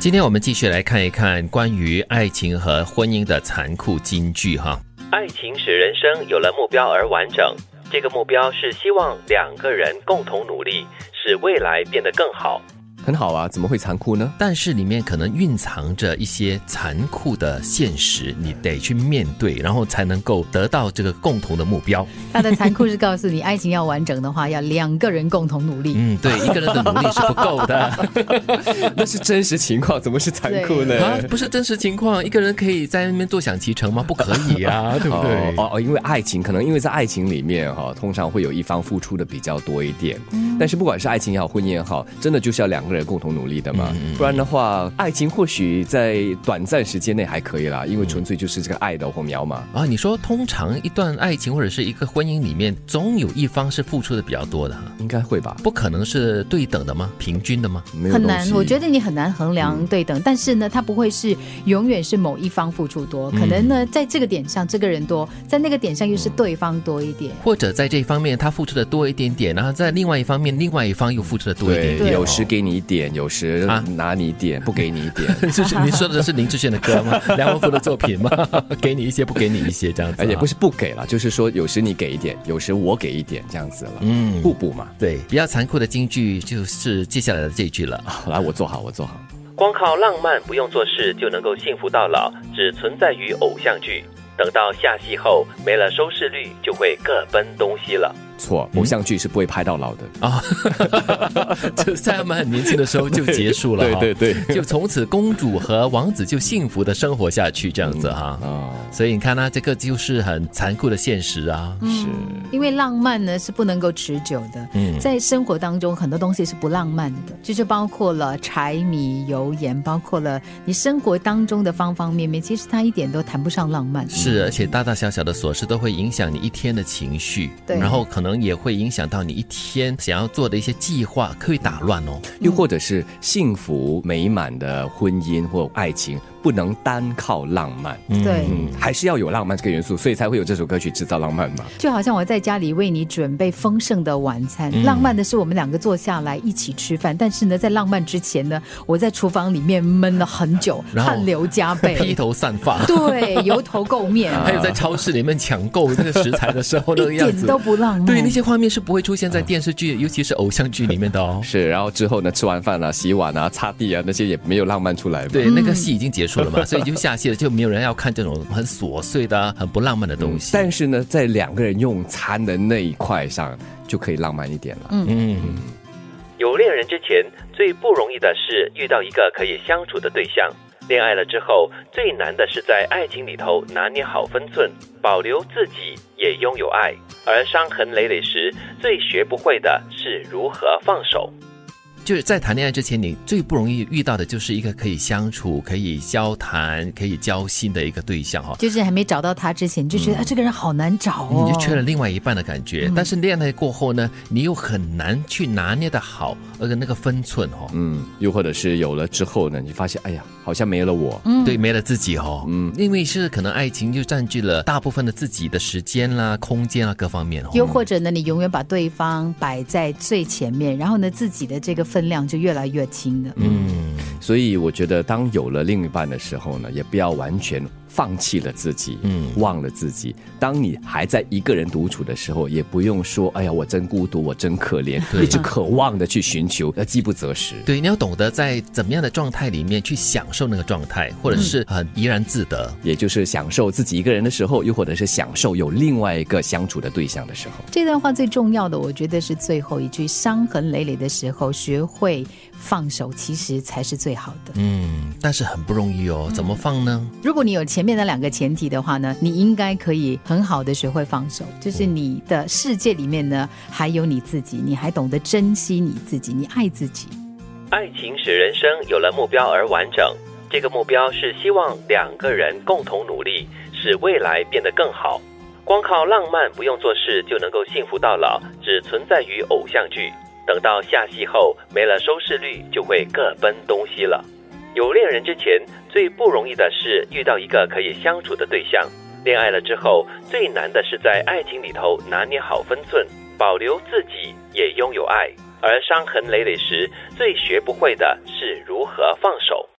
今天我们继续来看一看关于爱情和婚姻的残酷金句哈。爱情使人生有了目标而完整，这个目标是希望两个人共同努力，使未来变得更好。很好啊，怎么会残酷 呢？但是里面可能蕴藏着一些残酷的现实，你得去面对，然后才能够得到这个共同的目标。他的残酷是告诉你，爱情要完整的话，要两个人共同努力。嗯，对，一个人的努力是不够的那是真实情况，怎么是残酷呢？啊，不是真实情况，一个人可以在那边坐享其成吗？不可以啊， 对不对？哦哦，因为爱情可能因为在爱情里面哈、通常会有一方付出的比较多一点，嗯但是不管是爱情也好，婚姻也好，真的就是要两个人共同努力的嘛，嗯不然的话，爱情或许在短暂时间内还可以啦，因为纯粹就是这个爱的火苗嘛。啊，你说通常一段爱情或者是一个婚姻里面，总有一方是付出的比较多的哈，应该会吧，不可能是对等的吗？平均的吗？没有很难东，西我觉得你很难衡量对等，但是呢，它不会是永远是某一方付出多，可能嗯呢，在这个点上这个人多，在那个点上又是对方多一点。或者在这一方面他付出的多一点点，然后在另外一方面，另外一方又付出的多一点对，点。有时给你一点，有时啊拿你 一点，不给你一点。是是你说的是林志炫的歌吗？梁文福的作品吗？ 给你一些，不给你一些，这样子、啊而且哎不是，是不给了，就是说有时你给一点，有时我给一点这样子了，嗯，互补嘛。对，比较残酷的金句就是接下来的这一句了。 好来，我做好，我做好。光靠浪漫不用做事就能够幸福到老，只存在于偶像剧。等到下戏后没了收视率，就会各奔东西了。错，偶像剧是不会拍到老的。嗯啊、就在他们很年轻的时候就结束了、对对 对，就从此公主和王子就幸福的生活下去，这样子哈、哦，所以你看呢、啊这个就是很残酷的现实啊。是因为浪漫呢是不能够持久的，嗯在生活当中很多东西是不浪漫的，就是包括了柴米油盐，包括了你生活当中的方方面面，其实它一点都谈不上浪漫。是，而且大大小小的琐事都会影响你一天的情绪，对然后可能也会影响到你一天想要做的一些计划，可以打乱哦。又或者是幸福美满的婚姻或爱情，不能单靠浪漫。对。嗯，还是要有浪漫这个元素，所以才会有这首歌曲制造浪漫嘛。嗯就好像我在家里为你准备丰盛的晚餐，嗯浪漫的是我们两个坐下来一起吃饭，但是呢，在浪漫之前呢，我在厨房里面闷了很久，然后汗流浃 披背，头散发，对，油头垢面，还有在超市里面抢购那个食材的时候 那个 一样点子，都不浪漫。对那些画面是不会出现在电视剧，尤其是偶像剧里面的嗯哦。是，然后之后呢，吃完饭啊、洗碗啊、擦地啊，那些也没有浪漫出来嘛。嗯对，那个戏已经结束了嘛， 所以就下戏了，就没有人要看这种很琐碎的啊、很不浪漫的东嗯西。但是呢，在两个人用餐的那一块上，就可以浪漫一点了。嗯，有恋人之前，最不容易的是遇到一个可以相处的对象；恋爱了之后，最难的是在爱情里头拿捏好分寸，保留自己，也拥有爱。而伤痕累累时，最学不会的是如何放手。就是在谈恋爱之前，你最不容易遇到的就是一个可以相处、可以交谈、可以交心的一个对象哈、哦就是还没找到他之前，你就觉得、啊，这个人好难找哦，嗯你就缺了另外一半的感觉，但是恋爱过后呢，你又很难去拿捏的好，而且那个分寸哦，嗯，又或者是有了之后呢，你发现，哎呀，好像没了我。对，没了自己哦，嗯，因为是可能爱情就占据了大部分的自己的时间啦、空间啦各方面哦，又或者呢，你永远把对方摆在最前面，然后呢，自己的这个分量就越来越轻了。嗯，所以我觉得，当有了另一半的时候呢，也不要完全放弃了自己，嗯，忘了自己。当你还在一个人独处的时候，也不用说，哎呀，我真孤独，我真可怜，对一直渴望的去寻求，那饥不择食。对，你要懂得在怎么样的状态里面去享受那个状态，或者是很怡然自得。也就是享受自己一个人的时候，又或者是享受有另外一个相处的对象的时候。这段话最重要的，我觉得是最后一句：伤痕累累的时候，学会放手，其实才是最好的。嗯，但是很不容易哦，怎么放呢？如果你有前面那两个前提的话呢，你应该可以很好的学会放手，就是你的世界里面呢，还有你自己，你还懂得珍惜你自己，你爱自己。爱情使人生有了目标而完整，这个目标是希望两个人共同努力，使未来变得更好。光靠浪漫不用做事就能够幸福到老，只存在于偶像剧。等到下戏后没了收视率，就会各奔东西了。有恋人之前，最不容易的是遇到一个可以相处的对象；恋爱了之后，最难的是在爱情里头拿捏好分寸，保留自己，也拥有爱。而伤痕累累时，最学不会的是如何放手。